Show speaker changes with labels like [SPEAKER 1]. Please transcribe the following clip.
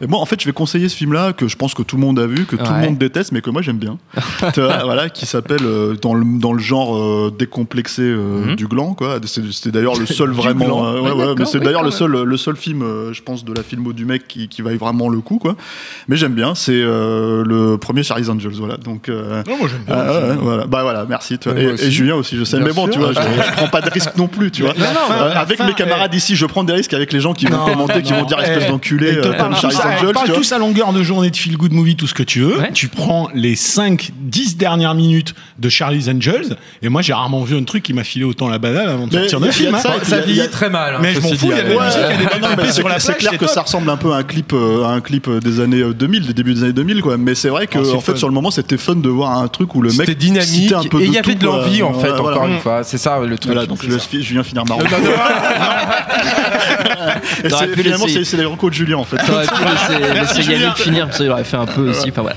[SPEAKER 1] Et moi, en fait, je vais conseiller ce film-là que je pense que tout le monde a vu, que tout le
[SPEAKER 2] Ouais.
[SPEAKER 1] monde déteste, mais que moi j'aime bien. Tu vois, voilà, qui s'appelle euh, dans le dans le genre euh, décomplexé euh,
[SPEAKER 2] Mhm.
[SPEAKER 1] du gland, quoi. C'est c'est d'ailleurs le seul
[SPEAKER 2] Du
[SPEAKER 1] vraiment.
[SPEAKER 2] gland.
[SPEAKER 1] euh, ouais,
[SPEAKER 2] Ouais,
[SPEAKER 1] ouais, mais
[SPEAKER 2] d'accord,
[SPEAKER 1] c'est
[SPEAKER 2] oui,
[SPEAKER 1] d'ailleurs
[SPEAKER 2] quand
[SPEAKER 1] le
[SPEAKER 2] même.
[SPEAKER 1] seul le seul film, euh, je pense, de la filmo du mec qui, qui vaille vraiment le coup, quoi. Mais j'aime bien. C'est euh, le premier Charlie's Angels, voilà. Donc. euh,
[SPEAKER 3] Non, moi j'aime bien.
[SPEAKER 1] ah,
[SPEAKER 3] j'aime
[SPEAKER 1] ouais,
[SPEAKER 3] bien.
[SPEAKER 1] voilà. Bah voilà, merci. toi.
[SPEAKER 2] Ouais,
[SPEAKER 1] Et,
[SPEAKER 2] moi
[SPEAKER 1] et
[SPEAKER 2] aussi.
[SPEAKER 1] Julien aussi, je sais.
[SPEAKER 2] Bien
[SPEAKER 1] mais bon,
[SPEAKER 2] sûr.
[SPEAKER 1] tu vois, je, je prends pas de risque non plus, tu vois.
[SPEAKER 2] La-
[SPEAKER 1] Euh,
[SPEAKER 2] la fin, la
[SPEAKER 1] avec
[SPEAKER 2] fin,
[SPEAKER 1] mes camarades ici, je prends des risques avec les gens qui vont
[SPEAKER 3] Non,
[SPEAKER 1] commenter, qui
[SPEAKER 3] non.
[SPEAKER 1] vont dire espèce
[SPEAKER 3] Eh,
[SPEAKER 1] d'enculé,
[SPEAKER 3] elle te
[SPEAKER 1] euh,
[SPEAKER 3] parle
[SPEAKER 1] comme
[SPEAKER 3] tous
[SPEAKER 1] Charlie's
[SPEAKER 3] à- elle
[SPEAKER 1] Angels,
[SPEAKER 3] parle
[SPEAKER 1] tu vois.
[SPEAKER 3] tous à longueur de journée de feel good movie, tout ce que tu veux.
[SPEAKER 2] Ouais.
[SPEAKER 3] Tu prends les 5, 10 dernières minutes de Charlie's Angels. Et moi, j'ai rarement vu un truc qui m'a filé autant la banane avant de
[SPEAKER 1] Mais
[SPEAKER 3] sortir
[SPEAKER 1] y
[SPEAKER 3] de
[SPEAKER 1] a- y
[SPEAKER 3] film.
[SPEAKER 1] a de
[SPEAKER 3] hein.
[SPEAKER 1] ça,
[SPEAKER 3] Ouais,
[SPEAKER 1] il y a-
[SPEAKER 4] Ça
[SPEAKER 1] il y a-
[SPEAKER 4] vieillit très mal. hein.
[SPEAKER 3] Mais je
[SPEAKER 4] Ceci
[SPEAKER 3] m'en fous, il y
[SPEAKER 4] dit,
[SPEAKER 3] avait
[SPEAKER 4] ouais.
[SPEAKER 3] la musique, il y a des
[SPEAKER 1] Ouais,
[SPEAKER 3] bonnes
[SPEAKER 1] non, mais
[SPEAKER 3] tapées
[SPEAKER 1] c'est
[SPEAKER 3] sur la
[SPEAKER 1] c'est
[SPEAKER 3] plage,
[SPEAKER 1] clair
[SPEAKER 3] c'est
[SPEAKER 1] que
[SPEAKER 3] top.
[SPEAKER 1] ça ressemble un peu à un clip, euh, à un clip euh, des années euh, 2000, des débuts des années 2000, quoi. Mais c'est vrai que,
[SPEAKER 3] Ah, c'est
[SPEAKER 1] en fait,
[SPEAKER 3] fun.
[SPEAKER 1] sur le moment, c'était fun de voir un truc où le mec
[SPEAKER 4] C'était dynamique
[SPEAKER 1] citait un peu
[SPEAKER 4] et il y avait
[SPEAKER 1] tout,
[SPEAKER 4] de l'envie
[SPEAKER 1] quoi.
[SPEAKER 4] en fait,
[SPEAKER 1] Ouais,
[SPEAKER 4] encore
[SPEAKER 1] voilà. Mmh.
[SPEAKER 4] une fois. C'est ça le truc.
[SPEAKER 1] Voilà, donc je,
[SPEAKER 4] C'est
[SPEAKER 1] laisse fi- je viens finir marrant.
[SPEAKER 4] ça.
[SPEAKER 1] Et
[SPEAKER 2] T'aurais
[SPEAKER 1] c'est-
[SPEAKER 2] pu
[SPEAKER 1] finalement,
[SPEAKER 2] l'essayer.
[SPEAKER 1] c'est c'est les recos de Julien en fait.
[SPEAKER 2] T'aurais pu laisser, laisser
[SPEAKER 1] Julien.
[SPEAKER 2] Yannick finir, parce qu'il aurait fait un peu aussi. Enfin voilà.